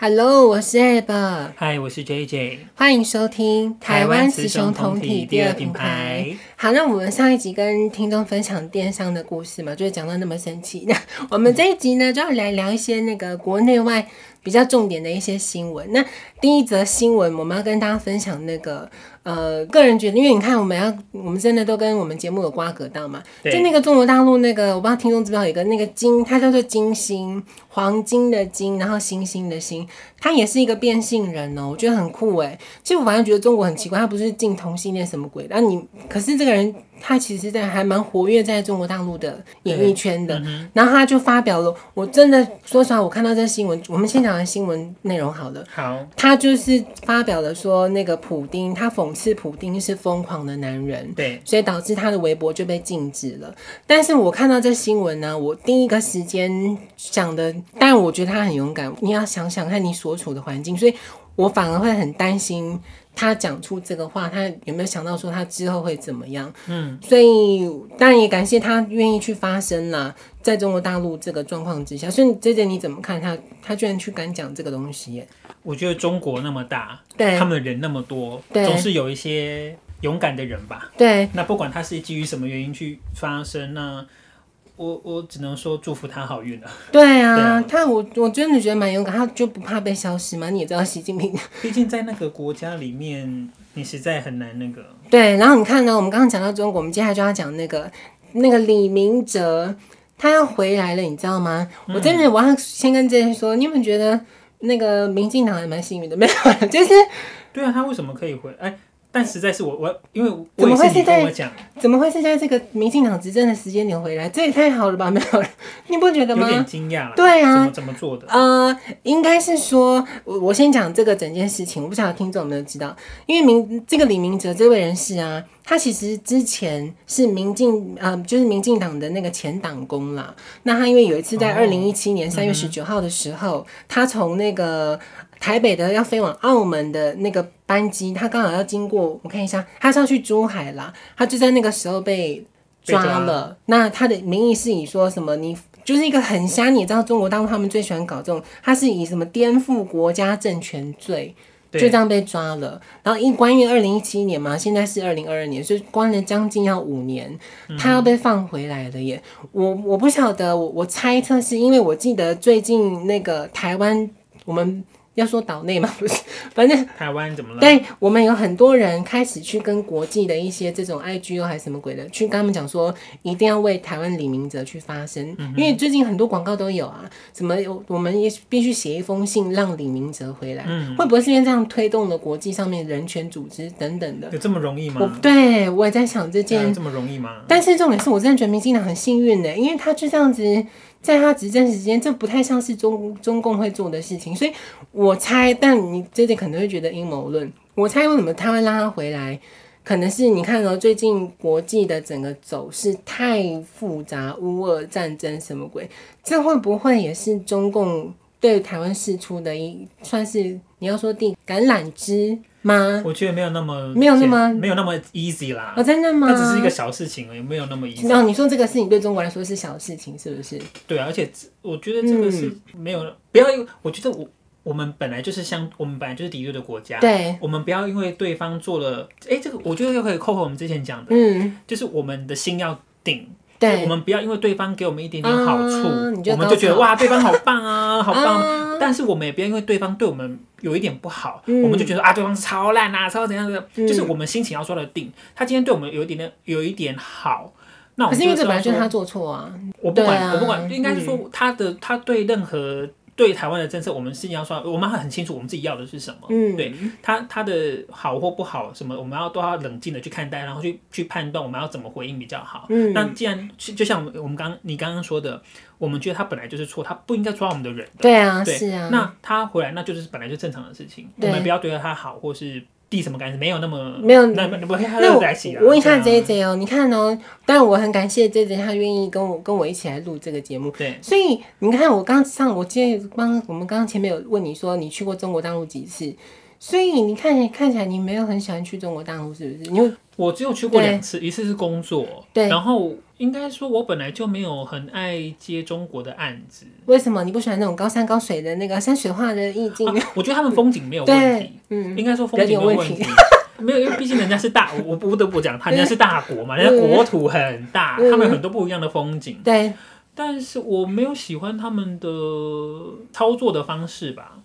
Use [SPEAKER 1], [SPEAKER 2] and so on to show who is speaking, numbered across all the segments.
[SPEAKER 1] Hello，我是 Ab，
[SPEAKER 2] 嗨，我是 JJ，
[SPEAKER 1] 欢迎收听台湾雌雄同体第二品牌。。好，那我们上一集跟听众分享电商的故事嘛，就是讲到那么神奇。那我们这一集呢，就要来聊一些那个国内外比较重点的一些新闻。那第一则新闻，我们要跟大家分享那个呃，个人觉得，因为你看我们要，我们真的都跟我们节目有瓜葛到嘛。
[SPEAKER 2] 对
[SPEAKER 1] 就那个中国大陆那个，我不知道听众知不知道有一个那个金，它叫做金星，黄金的金，然后星星的星，它也是一个变性人哦，我觉得很酷哎。其实我反正觉得中国很奇怪，他不是进同性恋什么鬼，然后你可是这个人他其实在还蛮活跃在中国大陆的演艺圈的，然后他就发表了，我真的说实话，我看到这新闻，我们先讲的新闻内容好了。
[SPEAKER 2] 好，
[SPEAKER 1] 他就是发表了说，那个普丁，他讽刺普丁是疯狂的男人，
[SPEAKER 2] 对，
[SPEAKER 1] 所以导致他的微博就被禁止了。但是我看到这新闻呢，我第一个时间想的，但我觉得他很勇敢。你要想想看你所处的环境，所以我反而会很担心他讲出这个话，他有没有想到说他之后会怎么样？嗯，所以当然也感谢他愿意去发声啦。在中国大陆这个状况之下，所以这点你怎么看他？他居然去敢讲这个东西耶？
[SPEAKER 2] 我觉得中国那么大，
[SPEAKER 1] 对
[SPEAKER 2] 他们人那么多，
[SPEAKER 1] 对
[SPEAKER 2] 总是有一些勇敢的人吧。
[SPEAKER 1] 对，
[SPEAKER 2] 那不管他是基于什么原因去发生，那我我只能说祝福他好运了。
[SPEAKER 1] 对啊，
[SPEAKER 2] 对啊
[SPEAKER 1] 他我我真的觉得蛮勇敢，他就不怕被消失嘛。你也知道习近平
[SPEAKER 2] 毕竟在那个国家里面，你实在很难那个。
[SPEAKER 1] 对，然后你看呢，我们刚刚讲到中国，我们接下来就要讲那个那个李明哲，他要回来了，你知道吗？我真的我要先跟这些说，你有没有觉得那个民进党还蛮幸运的？没有， 就是
[SPEAKER 2] 对啊，他为什么可以回？哎，但实在是我我因为
[SPEAKER 1] 怎
[SPEAKER 2] 我
[SPEAKER 1] 么
[SPEAKER 2] 也
[SPEAKER 1] 会
[SPEAKER 2] 是
[SPEAKER 1] 是
[SPEAKER 2] 你跟
[SPEAKER 1] 在
[SPEAKER 2] 我讲，
[SPEAKER 1] 怎么会是在这个民进党执政的时间点回来？这也太好了吧？没有， 你不觉得
[SPEAKER 2] 有
[SPEAKER 1] 吗？
[SPEAKER 2] 点惊讶啦。
[SPEAKER 1] 对啊
[SPEAKER 2] 怎么怎么做的？
[SPEAKER 1] 呃，应该是说，我我先讲这个整件事情，我不晓得听众有没有知道，因为明这个李明哲这位人士啊，他其实之前是民进呃，就是民进党的那个前党工啦。那他因为有一次在
[SPEAKER 2] 哦
[SPEAKER 1] 二零一七年三月十九号的时候，他从那个台北的要飞往澳门的那个班机，他刚好要经过，我看一下，他是要去珠海啦，他就在那个时候被
[SPEAKER 2] 被抓
[SPEAKER 1] 抓了。那他的名义是以说什么你。就是一个很瞎，你也知道中国大陆他们最喜欢搞这种，他是以什么颠覆国家政权罪，就
[SPEAKER 2] 对
[SPEAKER 1] 这样被抓了。然后一关于二零一七年嘛，现在是二零二二年，所以关了将近要五年，
[SPEAKER 2] 嗯
[SPEAKER 1] 他要被放回来了耶。我我不晓得，我我猜测是因为我记得最近那个台湾，我们要说岛内嘛，不是，反正
[SPEAKER 2] 台湾怎么了？
[SPEAKER 1] 对我们有很多人开始去跟国际的一些这种 IGO 还是什么鬼的，去跟他们讲说，一定要为台湾李明哲去发声，
[SPEAKER 2] 嗯
[SPEAKER 1] 因为最近很多广告都有啊，什么我们也必须写一封信让李明哲回来，
[SPEAKER 2] 嗯
[SPEAKER 1] 会不会是因为这样推动了国际上面人权组织等等的？
[SPEAKER 2] 有这么容易吗？
[SPEAKER 1] 我对我也在想这
[SPEAKER 2] 对啊
[SPEAKER 1] 件
[SPEAKER 2] 有这么容易吗？
[SPEAKER 1] 但是重点是我真的觉得民进党很幸运的，因为他就这样子，在他执政时间，这不太像是中中共会做的事情，所以我猜，但你这点可能会觉得阴谋论，我猜为什么他会让他回来，可能是你看到、最近国际的整个走势太复杂，乌俄战争什么鬼，这会不会也是中共对台湾释出的一算是你要说第橄榄枝吗？
[SPEAKER 2] 我觉得没有那么
[SPEAKER 1] 没有那么
[SPEAKER 2] 简没有那么 easy 啦
[SPEAKER 1] 哦，，真的吗？
[SPEAKER 2] 那只是一个小事情而已，没有那么 easy。
[SPEAKER 1] 哦，你说这个事情对中国来说是小事情，是不是？
[SPEAKER 2] 对啊，而且这我觉得这个是
[SPEAKER 1] 嗯
[SPEAKER 2] 没有，不要因为我觉得我我们本来就是相，我们本来就是敌对的国家，
[SPEAKER 1] 对，
[SPEAKER 2] 我们不要因为对方做了，哎，这个我觉得又可以扣回我们之前讲的，
[SPEAKER 1] 嗯，
[SPEAKER 2] 就是我们的心要定。
[SPEAKER 1] 对，
[SPEAKER 2] 我们不要因为对方给我们一点点好处，
[SPEAKER 1] 啊你就
[SPEAKER 2] 我们
[SPEAKER 1] 高
[SPEAKER 2] 就觉得
[SPEAKER 1] 潮
[SPEAKER 2] 哇，对方好 棒啊，好棒！
[SPEAKER 1] 啊
[SPEAKER 2] 但是我们也不要因为对方对我们有一点不好，
[SPEAKER 1] 嗯
[SPEAKER 2] 我们就觉得啊，对方是超烂啊，超怎样的，
[SPEAKER 1] 嗯
[SPEAKER 2] 就是我们心情要抓得定。他今天对我们有一点点有一点好，那我
[SPEAKER 1] 可
[SPEAKER 2] 们
[SPEAKER 1] 是因为
[SPEAKER 2] 就
[SPEAKER 1] 这
[SPEAKER 2] 知道
[SPEAKER 1] 本来就是
[SPEAKER 2] 说
[SPEAKER 1] 他做错啊，
[SPEAKER 2] 我不
[SPEAKER 1] 对
[SPEAKER 2] 管，
[SPEAKER 1] 啊
[SPEAKER 2] 我不管，应该是说他的、他对任何对台湾的政策，我们是要说，我们很清楚我们自己要的是什么。
[SPEAKER 1] 嗯，
[SPEAKER 2] 对他他的好或不好，什么我们要都要冷静的去看待，然后去去判断我们要怎么回应比较好。
[SPEAKER 1] 嗯
[SPEAKER 2] 那既然就就像我们我们刚你刚刚说的，我们觉得他本来就是错，他不应该抓我们的人的。
[SPEAKER 1] 对啊，
[SPEAKER 2] 对
[SPEAKER 1] 是啊，
[SPEAKER 2] 那他回来，那就是本来就正常的事情，我
[SPEAKER 1] 对
[SPEAKER 2] 们不要对他好或是递什么感情，没有那么
[SPEAKER 1] 没有
[SPEAKER 2] 那那不太
[SPEAKER 1] 那我
[SPEAKER 2] 在一起了。
[SPEAKER 1] 我问一下
[SPEAKER 2] 对
[SPEAKER 1] J
[SPEAKER 2] 啊
[SPEAKER 1] J 哦，你看哦，但我很感谢 J J 他愿意跟我跟我一起来录这个节目。
[SPEAKER 2] 对
[SPEAKER 1] 所以你看，我刚上我今天帮我们刚刚前面有问你说你去过中国大陆几次，所以你看起看起来你没有很喜欢去中国大陆，是不是？你会
[SPEAKER 2] 我只有去过
[SPEAKER 1] 对
[SPEAKER 2] 两次，一次是工作，
[SPEAKER 1] 对
[SPEAKER 2] 然后应该说我本来就没有很爱接中国的案 子，
[SPEAKER 1] 为什么你不喜欢那种高山高水的那个山水画的意境？
[SPEAKER 2] 啊我觉得他们风景没有问
[SPEAKER 1] 对
[SPEAKER 2] 题，，
[SPEAKER 1] 嗯，
[SPEAKER 2] 应该说风景没有问题
[SPEAKER 1] 人。
[SPEAKER 2] 没有，因为毕竟人家是大， 我我不得不讲，他人家是大国嘛，
[SPEAKER 1] 嗯
[SPEAKER 2] 人家国土很大，
[SPEAKER 1] 嗯
[SPEAKER 2] 他们有很多不一样的风景。
[SPEAKER 1] 对，
[SPEAKER 2] 但是我没有喜欢他们的操作的方式吧？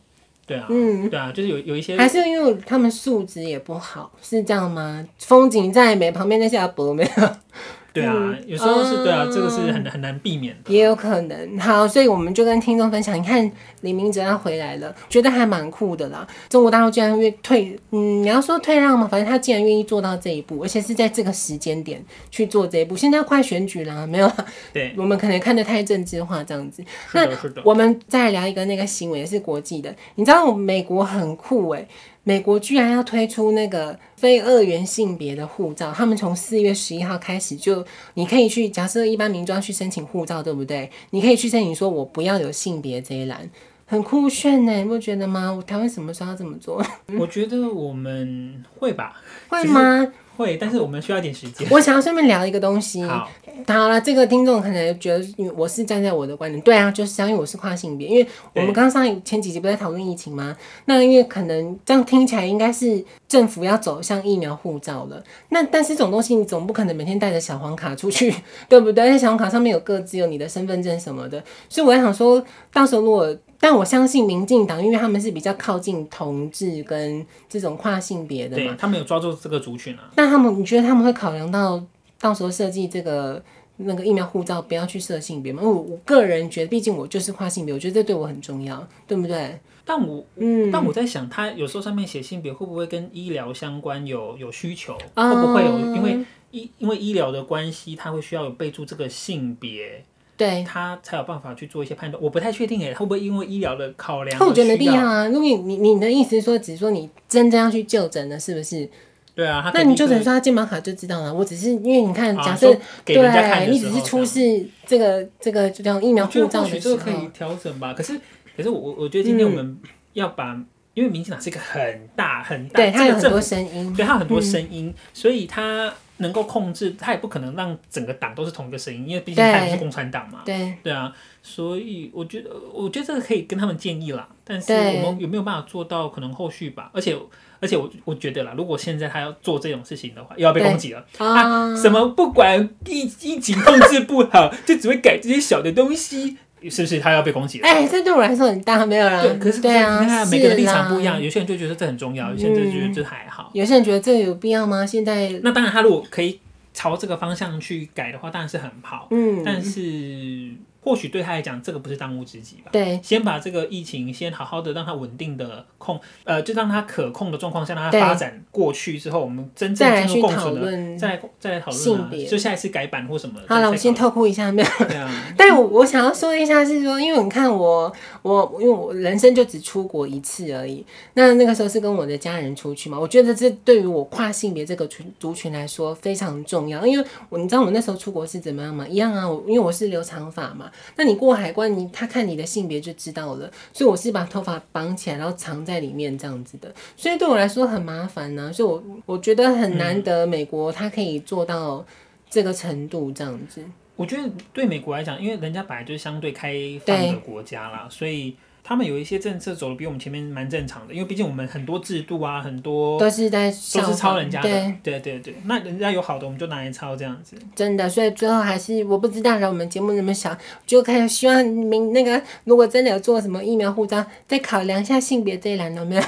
[SPEAKER 2] 对啊，
[SPEAKER 1] 嗯，
[SPEAKER 2] 对啊，就是有有一些
[SPEAKER 1] 还是因为他们素质也不好，是这样吗？风景再美，旁边那些阿伯没有，
[SPEAKER 2] 对啊，有时候是对啊，这个是很很难避免的。
[SPEAKER 1] 嗯也有可能。好，所以我们就跟听众分享，你看李明哲他回来了，觉得还蛮酷的啦。中国大陆竟然愿退，嗯，你要说退让吗？反正他竟然愿意做到这一步，而且是在这个时间点去做这一步。现在快选举啦，没有啦，
[SPEAKER 2] 对，
[SPEAKER 1] 我们可能看得太政治化这样子。
[SPEAKER 2] 是
[SPEAKER 1] 那
[SPEAKER 2] 的，是的，
[SPEAKER 1] 我们再聊一个那个新闻，也是国际的。你知道，我们美国很酷诶、美国居然要推出那个非二元性别的护照，他们从四月十一号开始就，你可以去，假设一般民众要去申请护照，对不对？你可以去申请说，我不要有性别这一栏，很酷炫呢、你不觉得吗？我台湾什么时候要这么 做？
[SPEAKER 2] 我觉得我们会吧，
[SPEAKER 1] 嗯会吗？
[SPEAKER 2] 会，但是我们需要一点时间。
[SPEAKER 1] 我想要顺便聊一个东西。
[SPEAKER 2] 好，
[SPEAKER 1] 好了，这个听众可能觉得因为我是站在我的观点，对啊，就是相因为我是跨性别，因为我们刚上一前几集不是在讨论疫情吗？那因为可能这样听起来应该是政府要走向疫苗护照了，那但是这种东西你总不可能每天带着小黄卡出去，对不对？而且小黄卡上面有各自有你的身份证什么的，所以我在想说，到时候如果。但我相信民进党，因为他们是比较靠近同志跟这种跨性别的嘛，
[SPEAKER 2] 对他们有抓住这个族群啊，
[SPEAKER 1] 那他们，你觉得他们会考量到到时候设计这个那个疫苗护照不要去设性别吗？因为我我个人觉得，毕竟我就是跨性别，我觉得这对我很重要，对不对？
[SPEAKER 2] 但我
[SPEAKER 1] 嗯，
[SPEAKER 2] 但我在想，他有时候上面写性别会不会跟医疗相关有有需求？
[SPEAKER 1] 啊
[SPEAKER 2] 会不会有因为医因为医疗的关系，他会需要有备注这个性别，
[SPEAKER 1] 对。
[SPEAKER 2] 他才有办法去做一些判断。我不太确定诶，会不会因为医疗的考量？
[SPEAKER 1] 但我觉得没必要。啊。如果你你你的意思是说，只是说你真正要去就诊了，是不是？
[SPEAKER 2] 对啊，他
[SPEAKER 1] 那
[SPEAKER 2] 肯定
[SPEAKER 1] 你就只
[SPEAKER 2] 是
[SPEAKER 1] 能说他健保卡就知道了。我只是因为你看，
[SPEAKER 2] 啊
[SPEAKER 1] 假设、
[SPEAKER 2] 说给人家看
[SPEAKER 1] 对啊
[SPEAKER 2] 的
[SPEAKER 1] 你
[SPEAKER 2] 时
[SPEAKER 1] 只
[SPEAKER 2] 候
[SPEAKER 1] 是出示这个这个就叫疫苗
[SPEAKER 2] 我觉得
[SPEAKER 1] 护照
[SPEAKER 2] 或许
[SPEAKER 1] 的
[SPEAKER 2] 这
[SPEAKER 1] 时
[SPEAKER 2] 个可
[SPEAKER 1] 候嗯
[SPEAKER 2] 以，调整吧。可是可是我我我觉得今天我们要把，因为民进党是一个很大很大，
[SPEAKER 1] 对它有
[SPEAKER 2] 这
[SPEAKER 1] 很嗯
[SPEAKER 2] 个政府
[SPEAKER 1] 多声音，
[SPEAKER 2] 对，它有很多声音，所以它能够控制，它也不可能让整个党都是同一个声音，因为毕竟它也是
[SPEAKER 1] 对
[SPEAKER 2] 共产党嘛。
[SPEAKER 1] 对
[SPEAKER 2] 对啊，所以我觉得，我觉得这个可以跟他们建议啦，但是
[SPEAKER 1] 对
[SPEAKER 2] 我们有没有办法做到，可能后续吧。而且，而且我我觉得啦，如果现在他要做这种事情的话，又要被
[SPEAKER 1] 对
[SPEAKER 2] 攻击了。
[SPEAKER 1] 啊，
[SPEAKER 2] 什么不管疫疫情控制不好，就只会改这些小的东西， 是不是他要被攻击了？
[SPEAKER 1] 哎、这对我来说很大，没有啦。
[SPEAKER 2] 对，可是
[SPEAKER 1] 对啊，
[SPEAKER 2] 你看每个
[SPEAKER 1] 是
[SPEAKER 2] 人立
[SPEAKER 1] 啦
[SPEAKER 2] 场不一样，有些人就觉得这很重要，有些人就觉得这还好。
[SPEAKER 1] 有些人觉得这有必要吗？现在，
[SPEAKER 2] 那当然，他如果可以朝这个方向去改的话，当然是很好。但
[SPEAKER 1] 嗯，
[SPEAKER 2] 是或许对他来讲，这个不是当务之急吧。
[SPEAKER 1] 对
[SPEAKER 2] 先把这个疫情先好好的让它稳定的控，呃，就让它可控的状况下，让它
[SPEAKER 1] 对
[SPEAKER 2] 发展过去之后，我们真
[SPEAKER 1] 再来
[SPEAKER 2] 正进
[SPEAKER 1] 去
[SPEAKER 2] 入共
[SPEAKER 1] 讨
[SPEAKER 2] 存了，
[SPEAKER 1] 论。
[SPEAKER 2] 再来再来讨论
[SPEAKER 1] 性
[SPEAKER 2] 啊
[SPEAKER 1] 别，
[SPEAKER 2] 就下一次改版或什么的。
[SPEAKER 1] 好了，我
[SPEAKER 2] 再
[SPEAKER 1] 先
[SPEAKER 2] 讨
[SPEAKER 1] 偷哭一下，没有。
[SPEAKER 2] 论。对啊，
[SPEAKER 1] 但我我想要说一下是说，因为你看我我因为我人生就只出国一次而已，那那个时候是跟我的家人出去嘛，我觉得这对于我跨性别这个群族群来说非常重要，因为我你知道我那时候出国是怎么样吗？一样啊，我因为我是留长发嘛，那你过海关你他看你的性别就知道了，所以我是把头发绑起来，然后藏在里面这样子的，所以对我来说很麻烦呢、所以我我觉得很难
[SPEAKER 2] 嗯
[SPEAKER 1] 得美国它可以做到这个程度这样子，
[SPEAKER 2] 我觉得对美国来讲，因为人家本来就是相对开放的国家啦，所以他们有一些政策走的比我们前面蛮正常的，因为毕竟我们很多制度啊，很多
[SPEAKER 1] 都是在
[SPEAKER 2] 都
[SPEAKER 1] 效
[SPEAKER 2] 是
[SPEAKER 1] 仿
[SPEAKER 2] 抄人家的
[SPEAKER 1] 对。，
[SPEAKER 2] 对对对。那人家有好的，我们就拿来抄这样子。
[SPEAKER 1] 真的，所以最后还是我不知道，然后我们节目那么小，就开始希望明那个如果真的有做什么疫苗护照，再考量一下性别这一栏有 没有？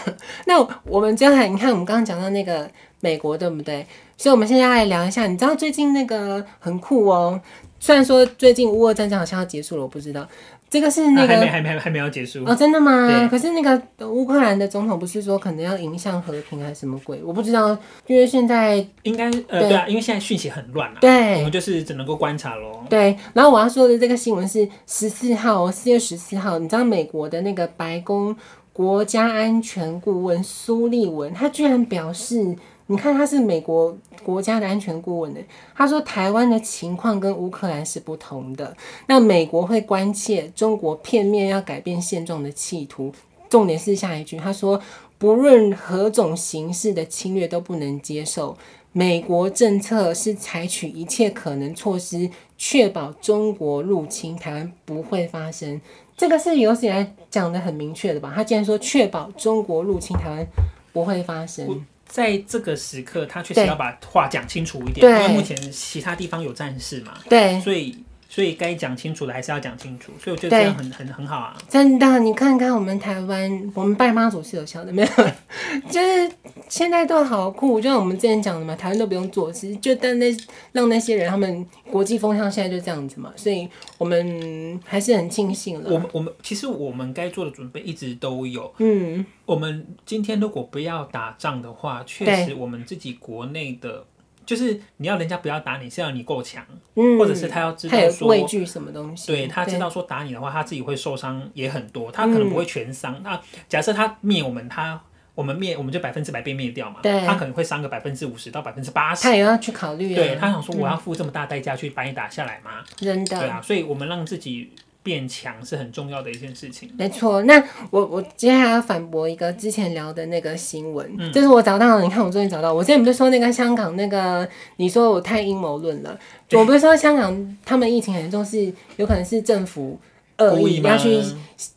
[SPEAKER 1] 那我们最后还你看，我们刚刚讲到那个美国，对不对？所以我们现在来聊一下，你知道最近那个很酷哦，虽然说最近乌俄战争好像要结束了，我不知道这个是那
[SPEAKER 2] 啊还
[SPEAKER 1] 个。
[SPEAKER 2] 没还没还没有结束。
[SPEAKER 1] 哦，真的吗
[SPEAKER 2] 对？
[SPEAKER 1] 可是那个乌克兰的总统不是说可能要迎向和平还是什么鬼？我不知道，因为现在
[SPEAKER 2] 应该呃
[SPEAKER 1] 对
[SPEAKER 2] 对啊，因为现在讯息很乱啊，
[SPEAKER 1] 对
[SPEAKER 2] 我们就是只能够观察喽。
[SPEAKER 1] 对，然后我要说的这个新闻是十四号，哦四月十四号，你知道美国的那个白宫国家安全顾问苏利文，他居然表示，你看他是美国国家的安全顾问呢，欸他说台湾的情况跟乌克兰是不同的，那美国会关切中国片面要改变现状的企图。重点是下一句，他说不论何种形式的侵略都不能接受。美国政策是采取一切可能措施，确保中国入侵台湾不会发生。这个是有史以来讲的很明确的吧？他竟然说确保中国入侵台湾不会发
[SPEAKER 2] 我
[SPEAKER 1] 生。
[SPEAKER 2] 在这个时刻，他确实
[SPEAKER 1] 对
[SPEAKER 2] 要把话讲清楚一点，
[SPEAKER 1] 对
[SPEAKER 2] 因为目前其他地方有战事嘛，
[SPEAKER 1] 对，
[SPEAKER 2] 所以所以该讲清楚的还是要讲清楚，所以我觉得
[SPEAKER 1] 对
[SPEAKER 2] 这样很很很好啊。
[SPEAKER 1] 真的，你看看我们台湾，我们拜妈祖是有效的，没有？ 就是现在都好酷，就像我们之前讲的嘛，台湾都不用做事，就但那让那些人他们国际风向现在就这样子嘛，所以我们还是很庆幸
[SPEAKER 2] 我
[SPEAKER 1] 了。
[SPEAKER 2] 们我们其实我们该做的准备一直都有。
[SPEAKER 1] 嗯，
[SPEAKER 2] 我们今天如果不要打仗的话，确
[SPEAKER 1] 对
[SPEAKER 2] 实我们自己国内的，就是你要人家不要打你，是要你够强，
[SPEAKER 1] 嗯，
[SPEAKER 2] 或者是他要知
[SPEAKER 1] 他
[SPEAKER 2] 道
[SPEAKER 1] 有
[SPEAKER 2] 说
[SPEAKER 1] 畏惧什么东西？
[SPEAKER 2] 对他知道说打你的话，他自己会受伤也很多，他可能不会全伤。
[SPEAKER 1] 嗯
[SPEAKER 2] 那假设他灭我们，他我们灭我们就百分之百被灭掉嘛，
[SPEAKER 1] 对
[SPEAKER 2] 他可能会伤个百分之五十到百分之八
[SPEAKER 1] 他
[SPEAKER 2] 十。
[SPEAKER 1] 也要去考虑啊。
[SPEAKER 2] 对他想说我要付这么大代价去把你打下来吗？
[SPEAKER 1] 真的，
[SPEAKER 2] 对啊，所以我们让自己变强是很重要的一件事情。
[SPEAKER 1] 没错，那我我接下来要反驳一个之前聊的那个新闻，
[SPEAKER 2] 嗯
[SPEAKER 1] 这是我找到的。你看，我终于找到。我之前不是说那个香港那个，你说我太阴谋论了。
[SPEAKER 2] 对
[SPEAKER 1] 我不是说香港他们疫情很严重，是有可能是政府恶
[SPEAKER 2] 故
[SPEAKER 1] 意
[SPEAKER 2] 意吗
[SPEAKER 1] 要去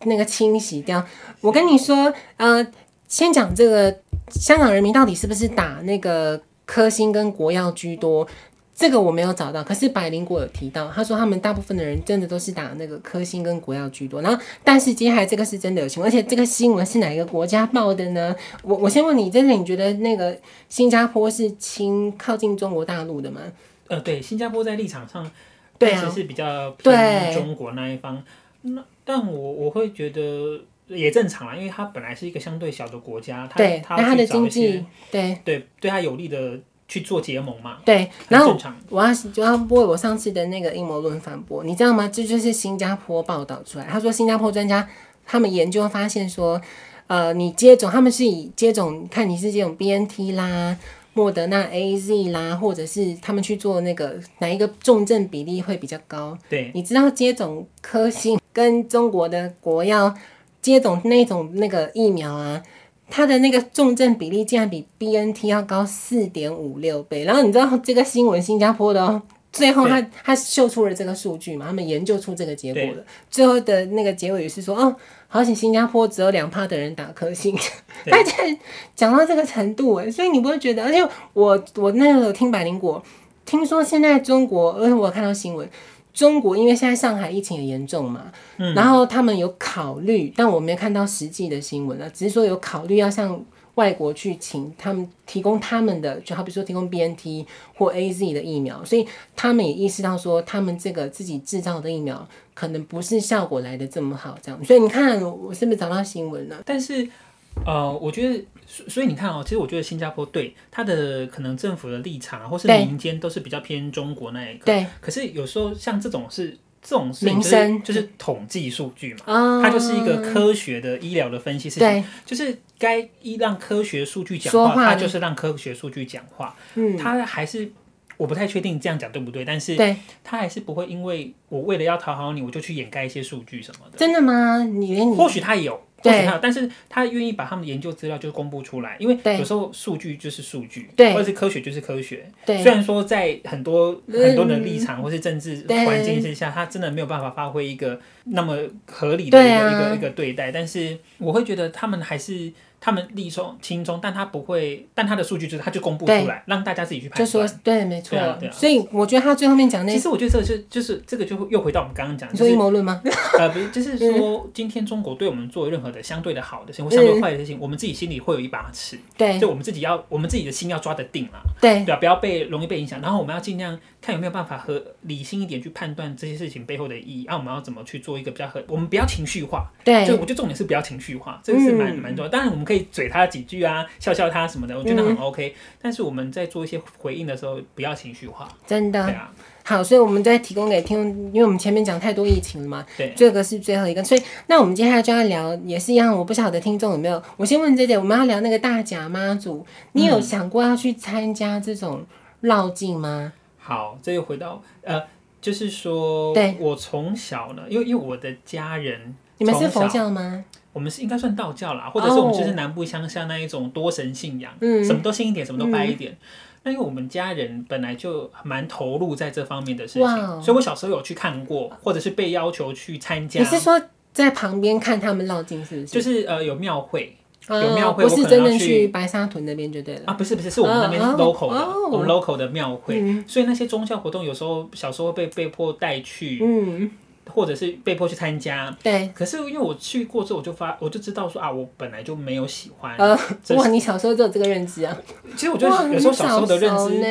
[SPEAKER 1] 那个清洗掉。我跟你说，呃，先讲这个香港人民到底是不是打那个科兴跟国药居多。这个我没有找到，可是百灵果有提到，他说他们大部分的人真的都是打那个科兴跟国药居多。然后，但是接下来这个是真的有新闻，而且这个新闻是哪一个国家报的呢？我我先问你，真的你觉得那个新加坡是亲靠近中国大陆的吗？
[SPEAKER 2] 呃，对，新加坡在立场上
[SPEAKER 1] 对
[SPEAKER 2] 确
[SPEAKER 1] 啊
[SPEAKER 2] 实是比较
[SPEAKER 1] 对
[SPEAKER 2] 偏中国那一方。那但我我会觉得也正常啦，因为它本来是一个相对小的国家，它
[SPEAKER 1] 对，那
[SPEAKER 2] 要
[SPEAKER 1] 他的
[SPEAKER 2] 去找
[SPEAKER 1] 经
[SPEAKER 2] 一些
[SPEAKER 1] 济，对
[SPEAKER 2] 对对它有利的去做结盟嘛，
[SPEAKER 1] 对，
[SPEAKER 2] 很
[SPEAKER 1] 然后
[SPEAKER 2] 正常。
[SPEAKER 1] 我要就要为我上次的那个阴谋论反驳，你知道吗？这就是新加坡报道出来，他说新加坡专家他们研究发现说，呃，你接种他们是以接种看你是接种 BNT 啦、莫德纳 AZ 啦，或者是他们去做那个哪一个重症比例会比较高？
[SPEAKER 2] 对，
[SPEAKER 1] 你知道接种科兴跟中国的国药接种那种那个疫苗啊，它的那个重症比例竟然比 B N T 要高四点五六倍。然后你知道这个新闻新加坡的哦，最后他他秀出了这个数据嘛，他们研究出这个结果了。最后的那个结尾是说，哦，好险新加坡只有两趴的人打科兴，
[SPEAKER 2] 对
[SPEAKER 1] 他竟然讲到这个程度哎，所以你不会觉得？而且我我那时候听百灵果，听说现在中国，而且我有看到新闻。中国因为现在上海疫情也严重嘛，
[SPEAKER 2] 嗯
[SPEAKER 1] 然后他们有考虑，但我没有看到实际的新闻啊，只是说有考虑要向外国去请他们提供他们的，就好比说提供 BNT 或 AZ 的疫苗，所以他们也意识到说，他们这个自己制造的疫苗可能不是效果来的这么好，这样，所以你看我是不是找到新闻了？
[SPEAKER 2] 但是。呃，我觉得，所所以你看哦，其实我觉得新加坡对它的可能政府的立场啊，或是
[SPEAKER 1] 对
[SPEAKER 2] 民间都是比较偏中国那一个。
[SPEAKER 1] 对
[SPEAKER 2] 可是有时候像这种是这种事情、
[SPEAKER 1] 民
[SPEAKER 2] 就是，
[SPEAKER 1] 生
[SPEAKER 2] 就是统计数据嘛，
[SPEAKER 1] 啊，
[SPEAKER 2] 它就是一个科学的医疗的分析是
[SPEAKER 1] 对，
[SPEAKER 2] 就是该依让科学数据讲
[SPEAKER 1] 说
[SPEAKER 2] 话，
[SPEAKER 1] 话
[SPEAKER 2] 它
[SPEAKER 1] 呢
[SPEAKER 2] 就是让科学数据讲话。
[SPEAKER 1] 嗯，
[SPEAKER 2] 它还是我不太确定这样讲对不对，但是
[SPEAKER 1] 对，
[SPEAKER 2] 它还是不会因为我为了要讨好你，我就去掩盖一些数据什么的。
[SPEAKER 1] 真的吗？你连你
[SPEAKER 2] 或许他有，或
[SPEAKER 1] 嗯对
[SPEAKER 2] 许他有，但是他愿意把他们的研究资料就公布出来，因为
[SPEAKER 1] 对
[SPEAKER 2] 有时候数据就是数据，
[SPEAKER 1] 对
[SPEAKER 2] 或者是科学就是科学。
[SPEAKER 1] 对
[SPEAKER 2] 虽然说在很多
[SPEAKER 1] 嗯
[SPEAKER 2] 很多人的立场或是政治
[SPEAKER 1] 对
[SPEAKER 2] 环境之下，他真的没有办法发挥一个那么合理的一
[SPEAKER 1] 对
[SPEAKER 2] 个、
[SPEAKER 1] 啊
[SPEAKER 2] 一个一个对待，但是我会觉得他们还是。他们力中轻中，但他不会，但他的数据就是他就公布出来，让大家自己去判
[SPEAKER 1] 就
[SPEAKER 2] 断。
[SPEAKER 1] 说对，没错
[SPEAKER 2] 对啊对啊，
[SPEAKER 1] 所以我觉得他最后面讲那
[SPEAKER 2] 其，实我觉得这个是就是这个就又回到我们刚刚讲，
[SPEAKER 1] 你
[SPEAKER 2] 就
[SPEAKER 1] 说
[SPEAKER 2] 是
[SPEAKER 1] 阴谋论吗？
[SPEAKER 2] 呃，不是，就是
[SPEAKER 1] 嗯
[SPEAKER 2] 说，今天中国对我们做任何的相对的好的事情或相对坏的事情，我们自己心里会有一把尺，
[SPEAKER 1] 对
[SPEAKER 2] 就我们自己要，我们自己的心要抓得定啦，
[SPEAKER 1] 对
[SPEAKER 2] 对啊，不要被容易被影响。然后我们要尽量看有没有办法和理性一点去判断这些事情背后的意义，啊，我们要怎么去做一个比较合，我们不要情绪化，就
[SPEAKER 1] 对
[SPEAKER 2] 我觉得重点是不要情绪化，这个是蛮
[SPEAKER 1] 嗯
[SPEAKER 2] 蛮重要。当然我们可以嘴他几句啊，笑笑他什么的，我觉得很
[SPEAKER 1] 嗯
[SPEAKER 2] OK。但是我们在做一些回应的时候，不要情绪化，
[SPEAKER 1] 真
[SPEAKER 2] 对
[SPEAKER 1] 的
[SPEAKER 2] 啊，
[SPEAKER 1] 好，所以我们再提供给听众，因为我们前面讲太多疫情了嘛，
[SPEAKER 2] 对，
[SPEAKER 1] 这个是最后一个，所以那我们接下来就要聊，也是一样，我不晓得听众有没有，我先问这姐，我们要聊那个大甲妈祖，你
[SPEAKER 2] 嗯
[SPEAKER 1] 有想过要去参加这种绕境吗？
[SPEAKER 2] 好，这又回到呃，就是说
[SPEAKER 1] 对，
[SPEAKER 2] 我从小呢，因为因为我的家人，
[SPEAKER 1] 你们是
[SPEAKER 2] 从
[SPEAKER 1] 佛
[SPEAKER 2] 小
[SPEAKER 1] 教吗？
[SPEAKER 2] 我们是应该算道教啦，或者是我们就是南部乡下那一种多神信仰，
[SPEAKER 1] 哦嗯
[SPEAKER 2] 什么都信一点，什么都拜一点。那因为我们家人本来就蛮投入在这方面的事
[SPEAKER 1] 哇
[SPEAKER 2] 情，
[SPEAKER 1] 哦
[SPEAKER 2] 所以我小时候有去看过，或者是被要求去参加
[SPEAKER 1] 你，是说在旁边看他们绕境是不是？
[SPEAKER 2] 就是呃有庙会有
[SPEAKER 1] 哦
[SPEAKER 2] 庙会
[SPEAKER 1] 不
[SPEAKER 2] 我可
[SPEAKER 1] 是
[SPEAKER 2] 能
[SPEAKER 1] 真
[SPEAKER 2] 要
[SPEAKER 1] 的
[SPEAKER 2] 去
[SPEAKER 1] 去白沙屯那边就对了。
[SPEAKER 2] 啊，不是不是，是我们那边
[SPEAKER 1] 哦哦
[SPEAKER 2] local 的，
[SPEAKER 1] 哦
[SPEAKER 2] 我们 local 的庙会，
[SPEAKER 1] 嗯
[SPEAKER 2] 所以那些宗教活动有时候小时候被被迫带去，
[SPEAKER 1] 嗯，
[SPEAKER 2] 或者是被迫去参加。
[SPEAKER 1] 对。
[SPEAKER 2] 可是因为我去过之后，我就发我就知道说啊，我本来就没有喜欢。
[SPEAKER 1] 呃，
[SPEAKER 2] 这
[SPEAKER 1] 哇，你小时候就有这个认知啊？
[SPEAKER 2] 其实我
[SPEAKER 1] 我
[SPEAKER 2] 觉得有时候小时候的认
[SPEAKER 1] 哦
[SPEAKER 2] 知
[SPEAKER 1] 呢，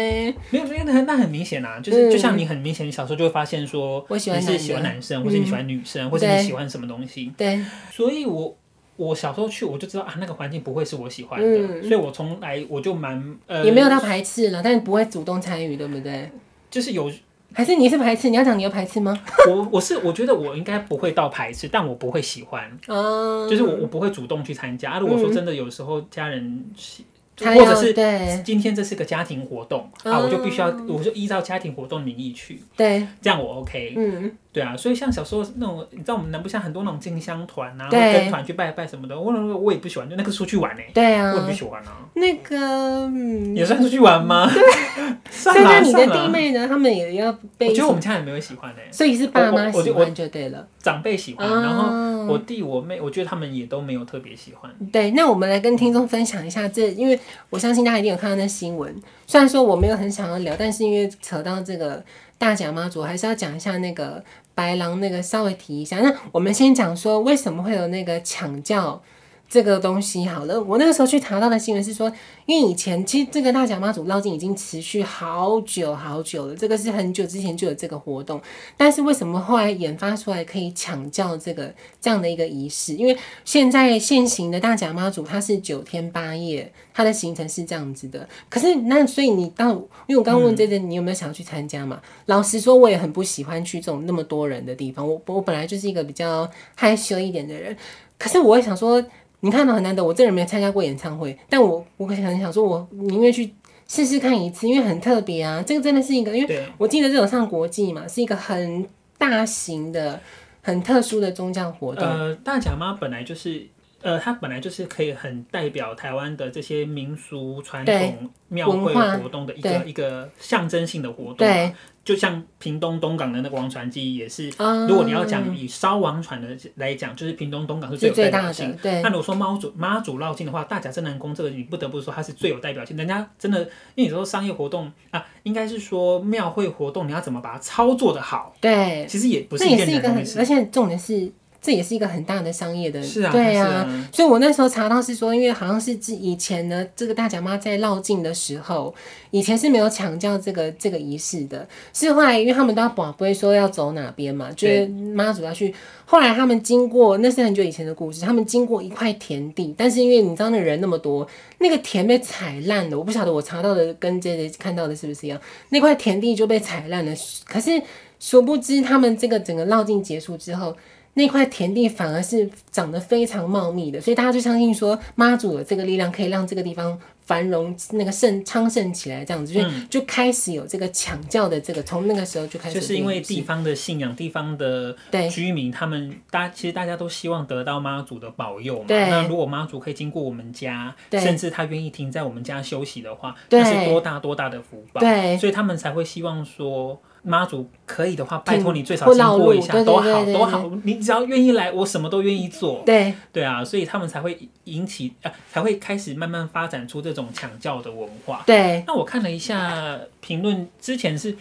[SPEAKER 2] 没有，因为那那很明显啊，就是
[SPEAKER 1] 嗯
[SPEAKER 2] 就像你很明显，你小时候就会发现说，
[SPEAKER 1] 我喜欢
[SPEAKER 2] 你
[SPEAKER 1] 男的
[SPEAKER 2] 是
[SPEAKER 1] 嗯
[SPEAKER 2] 喜欢男生，或是你喜欢女生，或是你
[SPEAKER 1] 对
[SPEAKER 2] 喜欢什么东西。
[SPEAKER 1] 对，
[SPEAKER 2] 所以我我小时候去，我就知道啊，那个环境不会是我喜欢的，
[SPEAKER 1] 嗯
[SPEAKER 2] 所以我从来我就蛮呃，
[SPEAKER 1] 也没有到排斥了，但是不会主动参与，对不对？
[SPEAKER 2] 就是有
[SPEAKER 1] 还是你是排斥？你要讲你有排斥吗？
[SPEAKER 2] 我我是我觉得我应该不会到排斥，但我不会喜欢，
[SPEAKER 1] 哦，
[SPEAKER 2] 就是我我不会主动去参加。啊如果说真的有时候家人喜，
[SPEAKER 1] 嗯他
[SPEAKER 2] 或者
[SPEAKER 1] 要
[SPEAKER 2] 是
[SPEAKER 1] 对
[SPEAKER 2] 今天这是个家庭活动啊，
[SPEAKER 1] 哦
[SPEAKER 2] 我就必须要我就依照家庭活动的名义去，
[SPEAKER 1] 对，
[SPEAKER 2] 这样我 OK。
[SPEAKER 1] 嗯，
[SPEAKER 2] 对啊，所以像小时候那种，你知道我们南部像很多那种进香团啊，或
[SPEAKER 1] 对
[SPEAKER 2] 跟团去拜拜什么的，我我也不喜欢，就那个出去玩呢、
[SPEAKER 1] 对啊
[SPEAKER 2] 我也，不喜欢啊，
[SPEAKER 1] 那个，嗯，
[SPEAKER 2] 也算出去玩吗？对， 算
[SPEAKER 1] 现在
[SPEAKER 2] 了
[SPEAKER 1] 你
[SPEAKER 2] 算
[SPEAKER 1] 的弟
[SPEAKER 2] 了，
[SPEAKER 1] 妹呢？他们也要
[SPEAKER 2] 我
[SPEAKER 1] 被一
[SPEAKER 2] 觉得我
[SPEAKER 1] 起，
[SPEAKER 2] 们家人没有喜欢呢、
[SPEAKER 1] 所以是爸妈
[SPEAKER 2] 我我
[SPEAKER 1] 喜
[SPEAKER 2] 我
[SPEAKER 1] 欢就对了。
[SPEAKER 2] 长辈喜欢，然后
[SPEAKER 1] 哦，
[SPEAKER 2] 我弟我妹，我觉得他们也都没有特别喜欢。
[SPEAKER 1] 对，那我们来跟听众分享一下这，因为我相信大家一定有看到那新闻。虽然说我没有很想要聊，但是因为扯到这个大甲妈祖，我还是要讲一下那个白狼那个，稍微提一下。那我们先讲说为什么会有那个抢教这个东西好了。我那个时候去查到的新闻是说，因为以前其实这个大甲妈祖绕境已经持续好久好久了，这个是很久之前就有这个活动，但是为什么后来研发出来可以抢教这个这样的一个仪式？因为现在现行的大甲妈祖，它是九天八夜，它的行程是这样子的。可是那所以你到，因为我刚刚问这个，你有没有想要去参加嘛？老实说，我也很不喜欢去这种那么多人的地方。我我本来就是一个比较害羞一点的人，可是我也想说，你看到很难得，我这人没参加过演唱会，但我我很想说，我宁愿去试试看一次，因为很特别啊。这个真的是一个，因为
[SPEAKER 2] 对，
[SPEAKER 1] 我记得这种上国际嘛，是一个很大型的、很特殊的宗教活动。
[SPEAKER 2] 呃，大甲妈本来就是，呃，她本来就是可以很代表台湾的这些民俗传统庙会
[SPEAKER 1] 文化
[SPEAKER 2] 活动的一个一个象征性的活动
[SPEAKER 1] 对
[SPEAKER 2] 啊。就像屏东东港的那个王船祭也是，
[SPEAKER 1] 啊
[SPEAKER 2] 如果你要讲以烧王船的来讲，就是屏东东港是最
[SPEAKER 1] 是
[SPEAKER 2] 有
[SPEAKER 1] 最
[SPEAKER 2] 代表
[SPEAKER 1] 大
[SPEAKER 2] 性
[SPEAKER 1] 的，。对
[SPEAKER 2] 那如果说猫主妈祖绕境的话，大甲镇南宫这个你不得不说它是最有代表性，人家真的，因为你说商业活动啊，应该是说庙会活动，你要怎么把它操作的好，
[SPEAKER 1] 对，
[SPEAKER 2] 其实也不
[SPEAKER 1] 那
[SPEAKER 2] 是一
[SPEAKER 1] 也
[SPEAKER 2] 件
[SPEAKER 1] 是一
[SPEAKER 2] 难
[SPEAKER 1] 个
[SPEAKER 2] 的
[SPEAKER 1] 很
[SPEAKER 2] 事，情。
[SPEAKER 1] 而且重点是，这也是一个很大的商业的，
[SPEAKER 2] 是啊，
[SPEAKER 1] 对
[SPEAKER 2] 是
[SPEAKER 1] 啊。
[SPEAKER 2] 啊，
[SPEAKER 1] 所以我那时候查到是说，因为好像是自以前呢，这个大甲妈在绕境的时候，以前是没有强调这个这个仪式的，是后来因为他们都要保不会说要走哪边嘛，就是妈祖要去。后来他们经过，那是很久以前的故事，他们经过一块田地，但是因为你知道那人那么多，那个田被踩烂了，我不晓得我查到的跟这些看到的是不是一样，那块田地就被踩烂了，可是。殊不知，他们这个整个绕境结束之后，那块田地反而是长得非常茂密的，所以大家就相信说妈祖有这个力量，可以让这个地方繁荣、那个盛昌盛起来，这样子，所以就开始有这个抢教的这个，从那个时候就开始
[SPEAKER 2] 就
[SPEAKER 1] 有这个仪式，
[SPEAKER 2] 是因为地方的信仰、地方的
[SPEAKER 1] 对
[SPEAKER 2] 居民，他们大其实大家都希望得到妈祖的保佑嘛。
[SPEAKER 1] 对
[SPEAKER 2] 那如果妈祖可以经过我们家，
[SPEAKER 1] 对
[SPEAKER 2] 甚至他愿意停在我们家休息的话，
[SPEAKER 1] 对
[SPEAKER 2] 那是多大多大的福报。
[SPEAKER 1] 对
[SPEAKER 2] 所以他们才会希望说。妈祖可以的话，拜托你最少
[SPEAKER 1] 或
[SPEAKER 2] 经
[SPEAKER 1] 绕
[SPEAKER 2] 过
[SPEAKER 1] 路
[SPEAKER 2] 一下，
[SPEAKER 1] 对对
[SPEAKER 2] 都
[SPEAKER 1] 对
[SPEAKER 2] 好
[SPEAKER 1] 对
[SPEAKER 2] 都
[SPEAKER 1] 对
[SPEAKER 2] 好，你只要愿意来，我什么都愿意做。
[SPEAKER 1] 对
[SPEAKER 2] 对啊，所以他们才会引起啊、才会开始慢慢发展出这种抢教的文化。
[SPEAKER 1] 对
[SPEAKER 2] 那我看了一下评论，之前是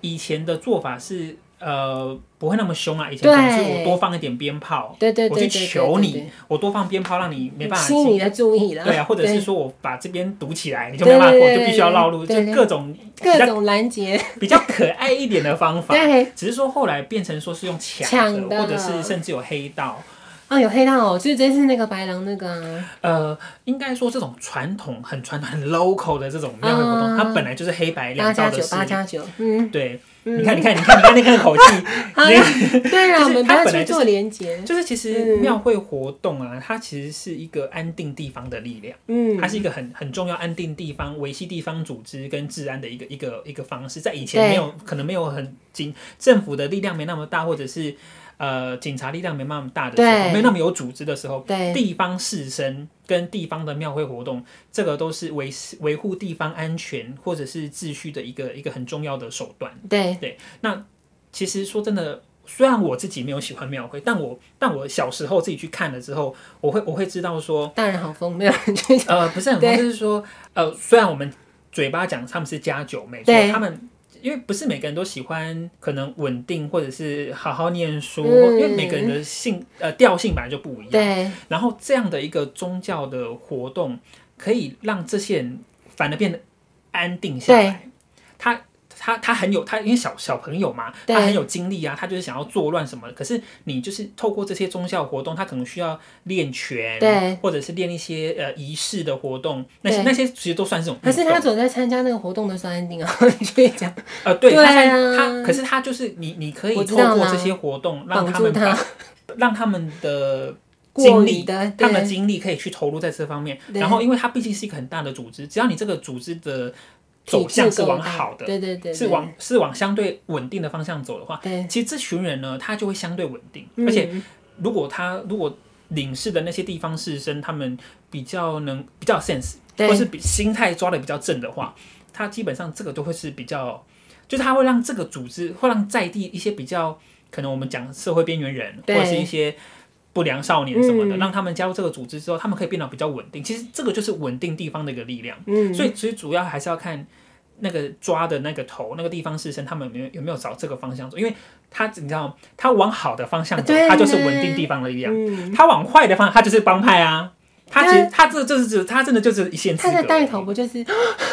[SPEAKER 2] 以前的做法是呃不会那么凶啊，以前
[SPEAKER 1] 对
[SPEAKER 2] 可能是我多放一点鞭炮，
[SPEAKER 1] 对对对，
[SPEAKER 2] 我
[SPEAKER 1] 对
[SPEAKER 2] 去
[SPEAKER 1] 对
[SPEAKER 2] 求
[SPEAKER 1] 对
[SPEAKER 2] 你，
[SPEAKER 1] 对
[SPEAKER 2] 我多放鞭炮让你没办法
[SPEAKER 1] 吸引
[SPEAKER 2] 进。
[SPEAKER 1] 你的注意了，
[SPEAKER 2] 对啊，或者是
[SPEAKER 1] 对
[SPEAKER 2] 说我把这边堵起来，你就
[SPEAKER 1] 对
[SPEAKER 2] 没办法过，
[SPEAKER 1] 对
[SPEAKER 2] 就
[SPEAKER 1] 对
[SPEAKER 2] 必须要绕路，就
[SPEAKER 1] 对对
[SPEAKER 2] 各种比
[SPEAKER 1] 各
[SPEAKER 2] 较
[SPEAKER 1] 种拦截，
[SPEAKER 2] 比较可爱一点的方法。
[SPEAKER 1] 对
[SPEAKER 2] 只是说后来变成说是用抢
[SPEAKER 1] 抢
[SPEAKER 2] 的，
[SPEAKER 1] 的
[SPEAKER 2] 或者是甚至有黑道。
[SPEAKER 1] 啊，有黑道哦，就是这次那个白狼那个啊，
[SPEAKER 2] 呃，应该说这种传统很传统、很 local 的这种庙会活动，
[SPEAKER 1] 啊
[SPEAKER 2] 它本来就是黑白
[SPEAKER 1] 八
[SPEAKER 2] 两
[SPEAKER 1] 加
[SPEAKER 2] 道的
[SPEAKER 1] 九
[SPEAKER 2] 事
[SPEAKER 1] 八加九，嗯，
[SPEAKER 2] 对，你看，你看，你看，你看那个 口气，
[SPEAKER 1] 好啦，对
[SPEAKER 2] 就
[SPEAKER 1] 啦，
[SPEAKER 2] 是
[SPEAKER 1] 我们不
[SPEAKER 2] 它
[SPEAKER 1] 要
[SPEAKER 2] 本来
[SPEAKER 1] 去
[SPEAKER 2] 就
[SPEAKER 1] 做连接，
[SPEAKER 2] 就是其实
[SPEAKER 1] 嗯
[SPEAKER 2] 庙会活动啊，它其实是一个安定地方的力量，
[SPEAKER 1] 嗯
[SPEAKER 2] 它，是一个很很重要安定地方、维系地方组织跟治安的一个一个一个方式，在以前
[SPEAKER 1] 对
[SPEAKER 2] 没有可能没有很警政府的力量没那么大，或者是呃警察力量没那么大的时
[SPEAKER 1] 对
[SPEAKER 2] 候，没那么有组织的时候，
[SPEAKER 1] 对
[SPEAKER 2] 地方士绅跟地方的庙会活动，这个都是维维护地方安全或者是秩序的一个一个很重要的手段。
[SPEAKER 1] 对
[SPEAKER 2] 其实说真的，虽然我自己没有喜欢庙会，但我但我小时候自己去看了之后，我会我会知道说，
[SPEAKER 1] 大人好疯，没有人去讲
[SPEAKER 2] 呃，不是很多，
[SPEAKER 1] 对
[SPEAKER 2] 就是说，呃，虽然我们嘴巴讲他们是加酒，没错
[SPEAKER 1] 对，
[SPEAKER 2] 他们。因为不是每个人都喜欢，可能稳定或者是好好念书，
[SPEAKER 1] 嗯
[SPEAKER 2] 或因为每个人的性呃调性本来就不一样。
[SPEAKER 1] 对
[SPEAKER 2] 然后这样的一个宗教的活动，可以让这些人反而变得安定下来。他他他很有他，因为小小朋友嘛，
[SPEAKER 1] 对
[SPEAKER 2] 他很有精力啊，他就是想要作乱什么的。可是你就是透过这些宗教活动，他可能需要练拳，
[SPEAKER 1] 对，
[SPEAKER 2] 或者是练一些呃仪式的活动，那些
[SPEAKER 1] 对
[SPEAKER 2] 那些其实都算是这种运
[SPEAKER 1] 可是
[SPEAKER 2] 动。
[SPEAKER 1] 他总在参加那个活动的时候安定啊， 你就会讲
[SPEAKER 2] 呃，对，
[SPEAKER 1] 对啊
[SPEAKER 2] 他算他，可是他就是你，你可
[SPEAKER 1] 我
[SPEAKER 2] 以
[SPEAKER 1] 知
[SPEAKER 2] 透
[SPEAKER 1] 道
[SPEAKER 2] 过
[SPEAKER 1] 啦
[SPEAKER 2] 这些活动让
[SPEAKER 1] 绑
[SPEAKER 2] 他
[SPEAKER 1] 住
[SPEAKER 2] 们
[SPEAKER 1] 他
[SPEAKER 2] 把让他们的
[SPEAKER 1] 过
[SPEAKER 2] 精
[SPEAKER 1] 于
[SPEAKER 2] 力
[SPEAKER 1] 的，
[SPEAKER 2] 他们的
[SPEAKER 1] 对
[SPEAKER 2] 精力可以去投入在这方面。
[SPEAKER 1] 对
[SPEAKER 2] 然后，因为它毕竟是一个很大的组织，只要你这个组织的
[SPEAKER 1] 体
[SPEAKER 2] 走向
[SPEAKER 1] 制
[SPEAKER 2] 是
[SPEAKER 1] 够
[SPEAKER 2] 往
[SPEAKER 1] 大
[SPEAKER 2] 好的，
[SPEAKER 1] 对对对，
[SPEAKER 2] 是
[SPEAKER 1] 对
[SPEAKER 2] 往是往相对稳定的方向走的话，
[SPEAKER 1] 对，
[SPEAKER 2] 其实这群人呢，他就会相对稳定。
[SPEAKER 1] 嗯
[SPEAKER 2] 而且，如果他如果领事的那些地方士绅，他们比较能比较有 sense，
[SPEAKER 1] 对
[SPEAKER 2] 或是比心态抓的比较正的话，他基本上这个都会是比较，就是他会让这个组织会让在地一些比较可能我们讲社会边缘人或
[SPEAKER 1] 对
[SPEAKER 2] 者是一些不良少年什么的，
[SPEAKER 1] 嗯
[SPEAKER 2] 让他们加入这个组织之后，他们可以变得比较稳定。其实这个就是稳定地方的一个力量。
[SPEAKER 1] 嗯，
[SPEAKER 2] 所以其实主要还是要看那个抓的那个头，那个地方士绅他们有没有有没有找这个方向走，因为他你知道，他往好的方向走
[SPEAKER 1] 啊对，
[SPEAKER 2] 他就是稳定地方的力量；
[SPEAKER 1] 嗯，
[SPEAKER 2] 他往坏的方向，他就是帮派啊。他其
[SPEAKER 1] 对
[SPEAKER 2] 实他这就是指他真的就是一线之
[SPEAKER 1] 他
[SPEAKER 2] 隔。欸
[SPEAKER 1] 的带头不就是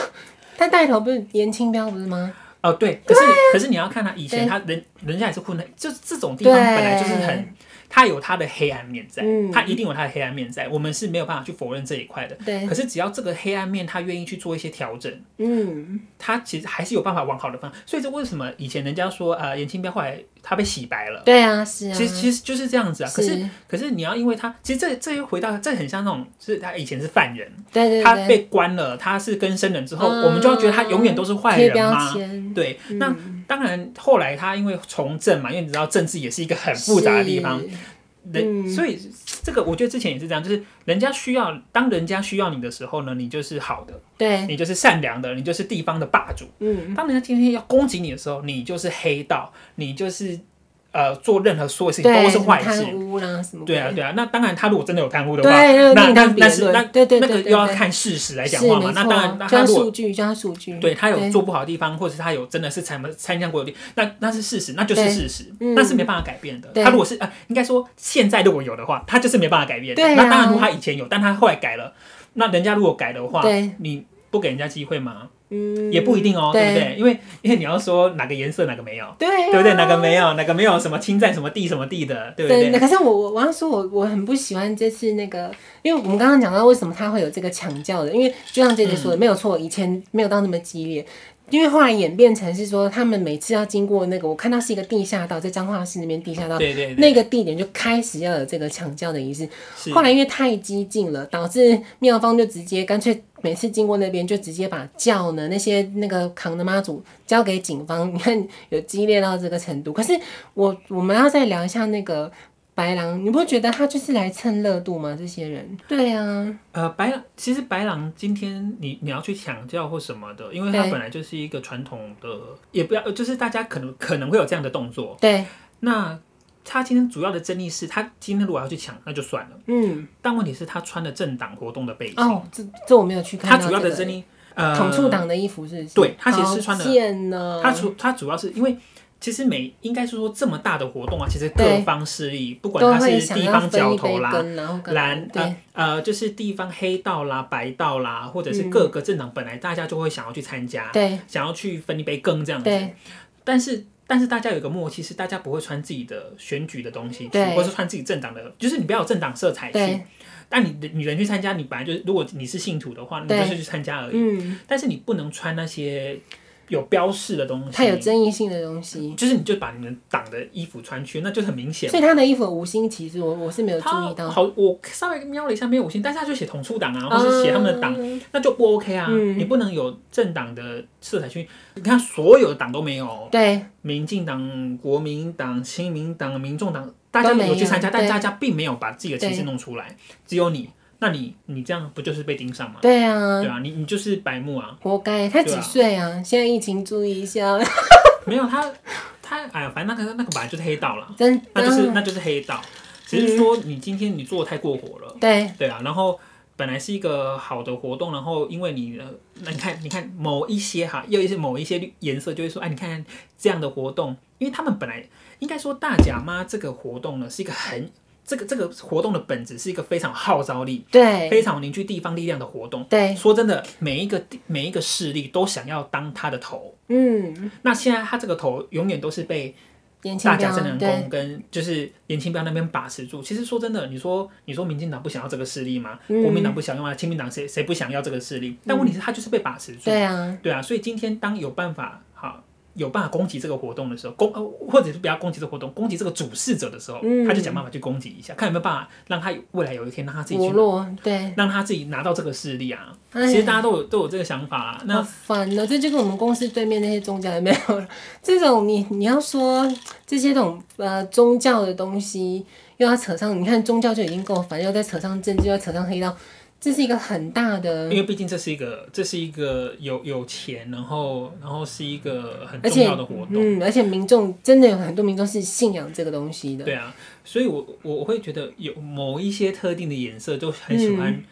[SPEAKER 1] 他带头不是严清标不是吗？
[SPEAKER 2] 哦，对，可是可是你要看他以前
[SPEAKER 1] 对
[SPEAKER 2] 他人人家也是混的，就是这种地方本来就是
[SPEAKER 1] 对
[SPEAKER 2] 很，他有他的黑暗面在
[SPEAKER 1] 嗯，
[SPEAKER 2] 他一定有他的黑暗面在，我们是没有办法去否认这一块的。
[SPEAKER 1] 对，
[SPEAKER 2] 可是只要这个黑暗面他愿意去做一些调整，
[SPEAKER 1] 嗯，
[SPEAKER 2] 他其实还是有办法往好的方向。所以这为什么以前人家说呃严清标后来他被洗白了，
[SPEAKER 1] 对啊，是啊，
[SPEAKER 2] 其实其实就是这样子啊。可是
[SPEAKER 1] 是
[SPEAKER 2] 可是你要因为他，其实这这又回到这很像那种，就是他以前是犯人，
[SPEAKER 1] 对对
[SPEAKER 2] 他
[SPEAKER 1] 对
[SPEAKER 2] 被关了，他是跟生人之后，
[SPEAKER 1] 嗯
[SPEAKER 2] 我们就要觉得他永远都是坏
[SPEAKER 1] 贴
[SPEAKER 2] 人
[SPEAKER 1] 标
[SPEAKER 2] 吗？
[SPEAKER 1] 签，
[SPEAKER 2] 对，那
[SPEAKER 1] 嗯
[SPEAKER 2] 当然后来他因为从政嘛，因为你知道政治也是一个很复杂的地方，
[SPEAKER 1] 是
[SPEAKER 2] 人，
[SPEAKER 1] 嗯
[SPEAKER 2] 所以这个我觉得之前也是这样，就是人家需要当人家需要你的时候呢，你就是好的，
[SPEAKER 1] 对，
[SPEAKER 2] 你就是善良的，你就是地方的霸主。
[SPEAKER 1] 嗯，
[SPEAKER 2] 当人家今天要攻击你的时候，你就是黑道，你就是呃做任何所有事情都是坏
[SPEAKER 1] 什么
[SPEAKER 2] 事
[SPEAKER 1] 贪。污啦什么鬼，
[SPEAKER 2] 对啊，对啊，那当然，他如果真的有贪污的话，
[SPEAKER 1] 对，
[SPEAKER 2] 那
[SPEAKER 1] 另
[SPEAKER 2] 那
[SPEAKER 1] 当别
[SPEAKER 2] 那是
[SPEAKER 1] 论
[SPEAKER 2] 那
[SPEAKER 1] 对对
[SPEAKER 2] 那个
[SPEAKER 1] 对
[SPEAKER 2] 又
[SPEAKER 1] 对
[SPEAKER 2] 要
[SPEAKER 1] 对
[SPEAKER 2] 看事实来
[SPEAKER 1] 是
[SPEAKER 2] 讲话嘛。
[SPEAKER 1] 没
[SPEAKER 2] 那
[SPEAKER 1] 错
[SPEAKER 2] 当然，那
[SPEAKER 1] 就
[SPEAKER 2] 他
[SPEAKER 1] 要
[SPEAKER 2] 如
[SPEAKER 1] 数
[SPEAKER 2] 果
[SPEAKER 1] 据，就要数据，
[SPEAKER 2] 对他有做不好的地方，或者是他有真的是参参加过的地，那那是事实，那就是
[SPEAKER 1] 对
[SPEAKER 2] 事实，
[SPEAKER 1] 嗯
[SPEAKER 2] 那是没办法改变的。
[SPEAKER 1] 对
[SPEAKER 2] 他如果是呃，应该说现在如果有的话，他就是没办法改变的。
[SPEAKER 1] 对啊
[SPEAKER 2] 那当然，如果他以前有，但他后来改了，那人家如果改的话
[SPEAKER 1] 对，
[SPEAKER 2] 你不给人家机会吗？
[SPEAKER 1] 嗯，
[SPEAKER 2] 也不一定哦，
[SPEAKER 1] 对
[SPEAKER 2] 对不对？因为因为你要说哪个颜色哪个没有，
[SPEAKER 1] 对啊，
[SPEAKER 2] 对不对？哪个没有，哪个没有什么侵占什么地什么地的，对不
[SPEAKER 1] 真的，
[SPEAKER 2] 对？
[SPEAKER 1] 可是我我我要说我，我很不喜欢这次那个，因为我们刚刚讲到为什么他会有这个抢教的，因为就像姐姐
[SPEAKER 2] 嗯
[SPEAKER 1] 说的，没有错，以前没有到那么激烈，因为后来演变成是说，他们每次要经过那个，我看到是一个地下道，在彰化市那边地下道，
[SPEAKER 2] 对对对，
[SPEAKER 1] 那个地点就开始要有这个抢教的仪式。
[SPEAKER 2] 是
[SPEAKER 1] 后来因为太激进了，导致妙方就直接干脆每次经过那边就直接把教呢那些那个扛的妈祖交给警方。你看有激烈到这个程度。可是我我们要再聊一下那个白狼，你不觉得他就是来蹭热度吗？这些人？对啊，
[SPEAKER 2] 呃，白狼其实白狼今天你你要去抢教或什么的，因为它
[SPEAKER 1] 对
[SPEAKER 2] 本来就是一个传统的，也不要呃就是大家可能可能会有这样的动作。
[SPEAKER 1] 对，
[SPEAKER 2] 那他今天主要的争议是，他今天如果要去抢，那就算了。
[SPEAKER 1] 嗯，
[SPEAKER 2] 但问题是，他穿了政党活动的背景，
[SPEAKER 1] 哦，这这我没有去看
[SPEAKER 2] 他
[SPEAKER 1] 到、
[SPEAKER 2] 主要的争。议，呃，
[SPEAKER 1] 统促哦党的衣服是不是？
[SPEAKER 2] 对他其实是穿的
[SPEAKER 1] 好贱哦呢。
[SPEAKER 2] 他主他主要是因为。其实每应该是说这么大的活动啊，其实
[SPEAKER 1] 对
[SPEAKER 2] 各方势力，不管
[SPEAKER 1] 都
[SPEAKER 2] 他
[SPEAKER 1] 会
[SPEAKER 2] 是
[SPEAKER 1] 想
[SPEAKER 2] 地
[SPEAKER 1] 要
[SPEAKER 2] 方
[SPEAKER 1] 分
[SPEAKER 2] 角
[SPEAKER 1] 一杯
[SPEAKER 2] 头啦，
[SPEAKER 1] 羹，然后干嘛
[SPEAKER 2] 蓝
[SPEAKER 1] 对
[SPEAKER 2] 呃呃，就是地方黑道啦、白道啦，或者是
[SPEAKER 1] 嗯
[SPEAKER 2] 各个政党，本来大家就会想要去参加，
[SPEAKER 1] 对
[SPEAKER 2] 想要去分一杯羹这样子。
[SPEAKER 1] 对
[SPEAKER 2] 但是但是大家有一个默契是，大家不会穿自己的选举的东西去
[SPEAKER 1] 对，
[SPEAKER 2] 或是穿自己政党的，就是你不要有政党色彩去。
[SPEAKER 1] 对，
[SPEAKER 2] 但你你人去参加，你本来就是，如果你是信徒的话，你
[SPEAKER 1] 对
[SPEAKER 2] 就是去参加而已。
[SPEAKER 1] 嗯，
[SPEAKER 2] 但是你不能穿那些有标示的东西，
[SPEAKER 1] 它有争议性的东西，
[SPEAKER 2] 就是你就把你们党的衣服穿去，那就是很明显
[SPEAKER 1] 所。以他的衣服有无心，其实我我是没有注
[SPEAKER 2] 他
[SPEAKER 1] 意到，
[SPEAKER 2] 好，我稍微瞄了一下，没有五星，但是他就写统促党啊，或是写他们的党，
[SPEAKER 1] 啊
[SPEAKER 2] 那就不 OK 啊。
[SPEAKER 1] 嗯
[SPEAKER 2] 你不能有政党的色彩去，你看所有的党都没有，
[SPEAKER 1] 对，
[SPEAKER 2] 民进党、国民党、亲民党、民众党，大家
[SPEAKER 1] 都没有
[SPEAKER 2] 有去参加，但
[SPEAKER 1] 对
[SPEAKER 2] 大家并没有把自己的
[SPEAKER 1] 对
[SPEAKER 2] 旗帜弄出来，只有你，那你你这样不就是被盯上吗？
[SPEAKER 1] 对啊
[SPEAKER 2] 对，啊，你你就是白目啊！
[SPEAKER 1] 活该。他
[SPEAKER 2] 对
[SPEAKER 1] 几
[SPEAKER 2] 啊
[SPEAKER 1] 岁啊？现在疫情注意一 下，
[SPEAKER 2] 没有他，他哎呀，反正那个那个本来就是黑道啦，
[SPEAKER 1] 真嗯
[SPEAKER 2] 那就是
[SPEAKER 1] 的
[SPEAKER 2] 那就是黑道，只是说你今天你做的太过火了，
[SPEAKER 1] 对
[SPEAKER 2] 对啊，然后本来是一个好的活动，然后因为你的，那你看你看某一些哈，又一些某一些绿颜色就会说，哎，你看这样的活动，因为他们本来应该说大甲妈这个活动呢是一个很这个这个活动的本质是一个非常有号召力、
[SPEAKER 1] 对
[SPEAKER 2] 非常有凝聚地方力量的活动。
[SPEAKER 1] 对，
[SPEAKER 2] 说真的，每一个地每一个势力都想要当他的头，
[SPEAKER 1] 嗯，
[SPEAKER 2] 那现在他这个头永远都是被
[SPEAKER 1] 年轻
[SPEAKER 2] 大
[SPEAKER 1] 标
[SPEAKER 2] 甲正能
[SPEAKER 1] 对
[SPEAKER 2] 宫跟就是严清标那边把持住。其实说真的，你说你说民进党不想要这个势力吗？
[SPEAKER 1] 嗯
[SPEAKER 2] 国民党不想要啊，亲民党谁谁不想要这个势力？但问题是，他就是被把持住。
[SPEAKER 1] 对啊，
[SPEAKER 2] 对啊，所以今天当有办法好有办法攻击这个活动的时候，攻呃或者是不要攻击这个活动，攻击这个主事者的时候，
[SPEAKER 1] 嗯
[SPEAKER 2] 他就想办法去攻击一下，看有没有办法让他未来有一天让他自己
[SPEAKER 1] 没
[SPEAKER 2] 去
[SPEAKER 1] 落对，
[SPEAKER 2] 让他自己拿到这个势力啊。
[SPEAKER 1] 哎
[SPEAKER 2] 其实大家都有都有这个想法啊。
[SPEAKER 1] 好
[SPEAKER 2] 那
[SPEAKER 1] 烦哦、这就跟我们公司对面那些宗教也没有 了。这种你你要说这些这种呃宗教的东西，又要扯上，你看宗教就已经够烦，又要再扯上政治，又要扯上黑道，这是一个很大的
[SPEAKER 2] 因，为毕竟这是一个，这是一个有有钱，然后然后是一个很
[SPEAKER 1] 而
[SPEAKER 2] 重
[SPEAKER 1] 且
[SPEAKER 2] 要的活动，
[SPEAKER 1] 嗯，而且民众真的有很多民众是信仰这个东西的，
[SPEAKER 2] 对啊，所以我我我会觉得有某一些特定的颜色就很喜欢，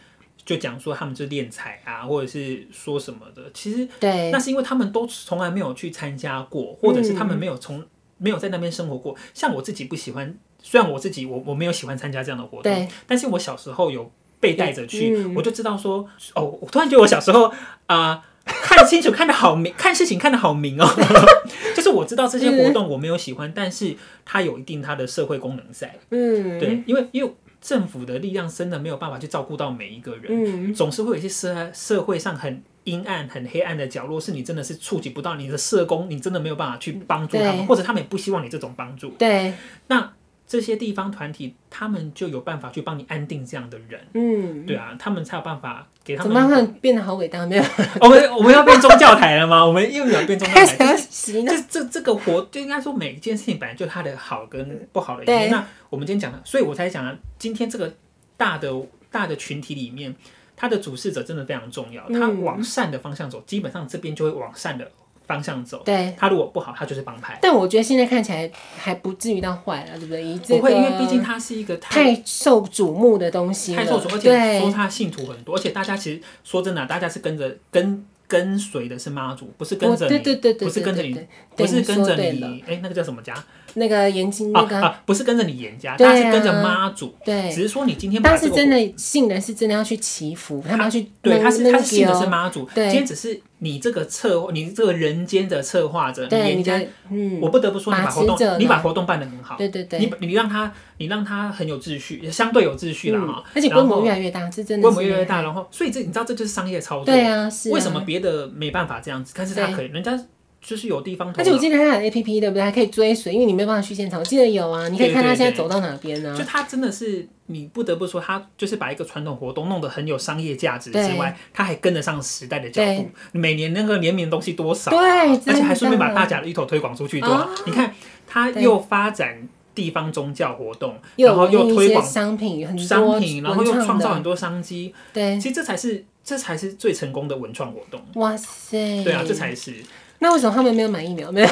[SPEAKER 2] 就讲说他们是敛财啊，或者是说什么的，其实
[SPEAKER 1] 对
[SPEAKER 2] 那是因为他们都从来没有去参加过，或者是他们没有从没有在那边生活过。像我自己不喜欢，虽然我自己我我没有喜欢参加这样的活动，
[SPEAKER 1] 对
[SPEAKER 2] 但是我小时候有被带着去，
[SPEAKER 1] 嗯
[SPEAKER 2] 我就知道说，哦，我突然觉得我小时候啊、看清楚看的好明， 看事情看的好明哦， 就是我知道这些活动我没有喜欢，但是它有一定它的社会功能在，
[SPEAKER 1] 嗯，
[SPEAKER 2] 对，因为因为政府的力量真的没有办法去照顾到每一个人，
[SPEAKER 1] 嗯，
[SPEAKER 2] 总是会有一些社社会上很阴暗、很黑暗的角落，是你真的是触及不到你的社工，你真的没有办法去帮助他们，
[SPEAKER 1] 对
[SPEAKER 2] 或者他们也不希望你这种帮助。
[SPEAKER 1] 对，
[SPEAKER 2] 那这些地方团体，他们就有办法去帮你安定这样的人，
[SPEAKER 1] 嗯，
[SPEAKER 2] 对啊，他们才有办法给他
[SPEAKER 1] 怎么样
[SPEAKER 2] 们。
[SPEAKER 1] 让你变得好伟大？没有，
[SPEAKER 2] 我们我们要变宗教台了吗？我 们又要变宗 教
[SPEAKER 1] 开始
[SPEAKER 2] 台。
[SPEAKER 1] 要洗脑，
[SPEAKER 2] 这这这个活就应该说每一件事情本来就它的好跟不好的一
[SPEAKER 1] 对
[SPEAKER 2] 面。那我们今天讲的，所以我才讲啊，今天这个大的大的群体里面，它的主事者真的非常重要。
[SPEAKER 1] 嗯
[SPEAKER 2] 他往善的方向走，基本上这边就会往善的方向走。
[SPEAKER 1] 对。
[SPEAKER 2] 他如果不好，他就是帮派。
[SPEAKER 1] 但我觉得现在看起来还不至于到坏了，对不对？以这
[SPEAKER 2] 不
[SPEAKER 1] 个
[SPEAKER 2] 会，因为毕竟它是一个太
[SPEAKER 1] 太受瞩目的东西了，
[SPEAKER 2] 太受瞩目，而且说
[SPEAKER 1] 对
[SPEAKER 2] 他信徒很多，而且大家其实说真的啊、大家是跟着跟跟随的是妈祖，不是跟
[SPEAKER 1] 我
[SPEAKER 2] 着
[SPEAKER 1] 哦对
[SPEAKER 2] 你，
[SPEAKER 1] 对对对，
[SPEAKER 2] 不是跟着你
[SPEAKER 1] 对，对
[SPEAKER 2] 不
[SPEAKER 1] 对
[SPEAKER 2] 是
[SPEAKER 1] 对
[SPEAKER 2] 跟着
[SPEAKER 1] 说对了
[SPEAKER 2] 你，哎，那个叫什么家？
[SPEAKER 1] 那个严金
[SPEAKER 2] 啊
[SPEAKER 1] 那个，
[SPEAKER 2] 啊，不是跟着你严家，
[SPEAKER 1] 对啊
[SPEAKER 2] 但是跟着妈祖。只
[SPEAKER 1] 对，
[SPEAKER 2] 是说你今天把
[SPEAKER 1] 但
[SPEAKER 2] 这
[SPEAKER 1] 是
[SPEAKER 2] 个
[SPEAKER 1] 真的信人是真的要去祈福，他们要去
[SPEAKER 2] 对，
[SPEAKER 1] 那
[SPEAKER 2] 他是
[SPEAKER 1] 那
[SPEAKER 2] 他
[SPEAKER 1] 个
[SPEAKER 2] 是信的是
[SPEAKER 1] 哦
[SPEAKER 2] 妈祖，
[SPEAKER 1] 对
[SPEAKER 2] 今天只是你这个策，你这个人间的策划者，你
[SPEAKER 1] 对
[SPEAKER 2] 严
[SPEAKER 1] 你
[SPEAKER 2] 家，
[SPEAKER 1] 的嗯，
[SPEAKER 2] 我不得不说，你把
[SPEAKER 1] 把持
[SPEAKER 2] 活
[SPEAKER 1] 者
[SPEAKER 2] 动，你
[SPEAKER 1] 呢
[SPEAKER 2] 把活动办得很好，
[SPEAKER 1] 对对对
[SPEAKER 2] 你，你让他，你让他很有秩序，相对有秩序了
[SPEAKER 1] 嗯
[SPEAKER 2] 哈，，
[SPEAKER 1] 而且
[SPEAKER 2] 然
[SPEAKER 1] 规
[SPEAKER 2] 后
[SPEAKER 1] 模越来越大，是真的是哎
[SPEAKER 2] 规模越来越大，然后所以这你知道这就是商业操作，
[SPEAKER 1] 对啊，是啊
[SPEAKER 2] 为什么？别的没办法这样子，但是他
[SPEAKER 1] 对
[SPEAKER 2] 可以，人家就是有地方啊头脑，
[SPEAKER 1] 而且我记得它有 A P P 对不对？还可以追随，因为你没有办法去现场。我记得有啊，你可以看
[SPEAKER 2] 对对
[SPEAKER 1] 他现在
[SPEAKER 2] 对
[SPEAKER 1] 走到哪边啊呢
[SPEAKER 2] 就？他真的是，你不得不说，他就是把一个传统活动弄得很有商业价值之
[SPEAKER 1] 对
[SPEAKER 2] 外，他还跟得上时代的脚步
[SPEAKER 1] 对。
[SPEAKER 2] 每年那个联名的东西多少啊，
[SPEAKER 1] 对
[SPEAKER 2] 而且还顺便把
[SPEAKER 1] 真的
[SPEAKER 2] 大甲的芋头推广出去多好。你看，他又发展地方宗教活动，然后
[SPEAKER 1] 有
[SPEAKER 2] 又
[SPEAKER 1] 印
[SPEAKER 2] 推
[SPEAKER 1] 一些
[SPEAKER 2] 广
[SPEAKER 1] 商品，很多
[SPEAKER 2] 商品，然后又
[SPEAKER 1] 文创
[SPEAKER 2] 创造
[SPEAKER 1] 的
[SPEAKER 2] 很多商机。
[SPEAKER 1] 对，
[SPEAKER 2] 其实这才是，这才是最成功的文创活动。
[SPEAKER 1] 哇塞，
[SPEAKER 2] 对啊，这才是。
[SPEAKER 1] 那为什么他们没有买疫苗？没有，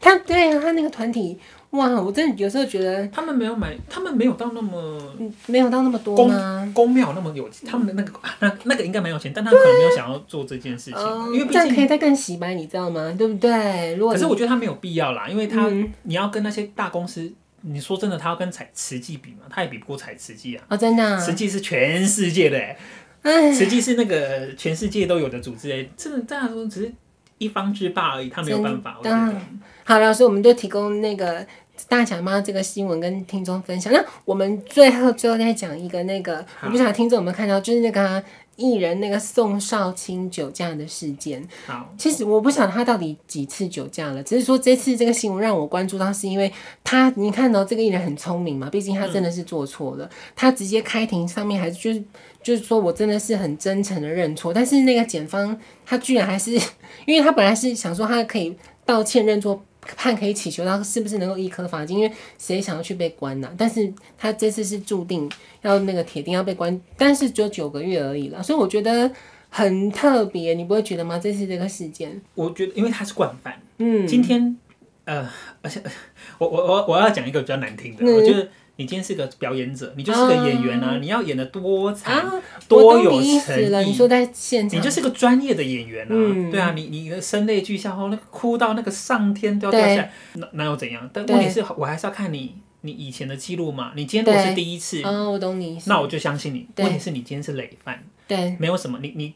[SPEAKER 1] 他对啊，他那个团体，哇，我真的有时候觉得
[SPEAKER 2] 他们没有买，他们没有到那么。
[SPEAKER 1] 嗯没有到那么多
[SPEAKER 2] 公
[SPEAKER 1] 吗？
[SPEAKER 2] 公庙那么有钱，他们的那个 那那个应该蛮有钱，但他们可能没有想要做这件事情，啊因为
[SPEAKER 1] 哦
[SPEAKER 2] 毕
[SPEAKER 1] 这样
[SPEAKER 2] 竟
[SPEAKER 1] 可以再更洗白，你知道吗？对不对？如果
[SPEAKER 2] 可
[SPEAKER 1] 你
[SPEAKER 2] 是我觉得他没有必要啦，因为他、
[SPEAKER 1] 嗯
[SPEAKER 2] 你要跟那些大公司，你说真的，他要跟彩慈济比嘛，他也比不过彩慈济啊。
[SPEAKER 1] 哦，真的、啊
[SPEAKER 2] 慈，济是全世界的、欸，
[SPEAKER 1] 哎，
[SPEAKER 2] 慈济是那个全世界都有的组织、欸，这大家说只是一方之霸而已，他没有办法，我觉
[SPEAKER 1] 真的
[SPEAKER 2] 得。
[SPEAKER 1] 好了，所以我们就提供那个大甲妈这个新闻跟听众分享。那我们最后最后再讲一个那个，我不晓得听众有没有看到，就是那个啊艺、人那个宋少卿酒驾的事件。
[SPEAKER 2] 好，
[SPEAKER 1] 其实我不晓得他到底几次酒驾了，只是说这次这个新闻让我关注到，是因为他，你看到、这个艺人很聪明嘛，毕竟他真的是做错了，他直接开庭上面还是就是就是说我真的是很真诚的认错，但是那个检方他居然还是， 因为他本来是想说他可以道歉认错。判可以祈求到是不是能够一颗罚金，因为谁想要去被关呐、但是他这次是注定要那个铁定要被关，但是只有九个月而已了，所以我觉得很特别，你不会觉得吗？这次这个事件，
[SPEAKER 2] 我觉得因为他是惯犯，
[SPEAKER 1] 嗯，
[SPEAKER 2] 今天呃，而且我我我我要讲一个比较难听的，
[SPEAKER 1] 嗯
[SPEAKER 2] 我觉得你今天是个表演者，你就是个演员啊，你要演的多惨，
[SPEAKER 1] 啊，
[SPEAKER 2] 多
[SPEAKER 1] 我懂
[SPEAKER 2] 有
[SPEAKER 1] 你意思
[SPEAKER 2] 诚
[SPEAKER 1] 了。你
[SPEAKER 2] 意。
[SPEAKER 1] 说在现场，
[SPEAKER 2] 你就是个专业的演员啊，
[SPEAKER 1] 嗯
[SPEAKER 2] 对啊，你你的声泪俱下后，哦那个哭到那个上天都要掉下来，那那又怎样？但
[SPEAKER 1] 对
[SPEAKER 2] 问题是我还是要看你你以前的记录嘛。你今天如果
[SPEAKER 1] 对
[SPEAKER 2] 是第一次，
[SPEAKER 1] 啊，我懂你意思。
[SPEAKER 2] 那我就相信你。
[SPEAKER 1] 对
[SPEAKER 2] 问题是你今天是累犯，
[SPEAKER 1] 对，
[SPEAKER 2] 没有什么，你你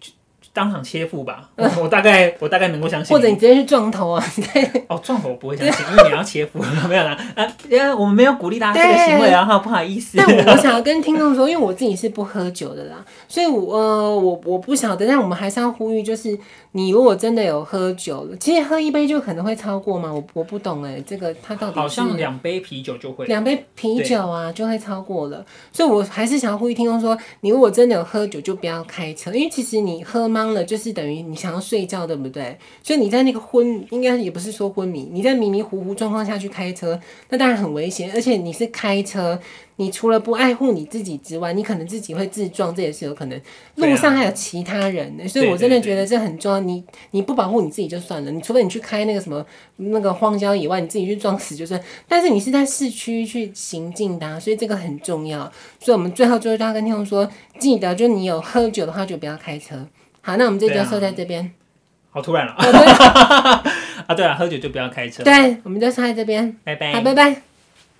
[SPEAKER 2] 当场切 腹吧，我我大概我大概能够相信
[SPEAKER 1] 或
[SPEAKER 2] 你。
[SPEAKER 1] 者你直接去撞头啊，
[SPEAKER 2] 哦，撞头我不会相信，因为你要切腹，没有啦，啊，因为我们没有鼓励大家这个
[SPEAKER 1] 对
[SPEAKER 2] 行为啊，哈，不好意思
[SPEAKER 1] 但。我我想要跟听众说，因为我自己是不喝酒的啦，所以我呃我我不晓得，但我们还是要呼吁，就是你如果真的有喝酒了，其实喝一杯就可能会超过嘛，我我不懂哎、这个它到底
[SPEAKER 2] 好像
[SPEAKER 1] 是
[SPEAKER 2] 两杯啤酒就会，
[SPEAKER 1] 两杯啤酒啊就会超过了，所以我还是想要呼吁听众说，你如果真的有喝酒，就不要开车，因为其实你喝懵了，就是等于你想要睡觉，对不对？所以你在那个昏，应该也不是说昏迷，你在迷迷糊糊状况下去开车，那当然很危险，而且你是开车，你除了不爱护你自己之外，你可能自己会自撞，这也是有可能。
[SPEAKER 2] 对啊
[SPEAKER 1] 路上还有其他人呢，所以
[SPEAKER 2] 对
[SPEAKER 1] 我真的
[SPEAKER 2] 对对
[SPEAKER 1] 觉得这很重要。你你不保护你自己就算了，你除非你去开那个什么那个荒郊野外，你自己去撞死就算。但是你是在市区去行进的、啊，所以这个很重要。所以我们最后就是要跟听众说，记得就你有喝酒的话就不要开车。好，那我们这集就
[SPEAKER 2] 对啊
[SPEAKER 1] 收在这边。
[SPEAKER 2] 好 突然了。啊，对了，喝酒就不要开车。
[SPEAKER 1] 对，我们就收在这边。
[SPEAKER 2] 拜拜
[SPEAKER 1] 好，。拜拜。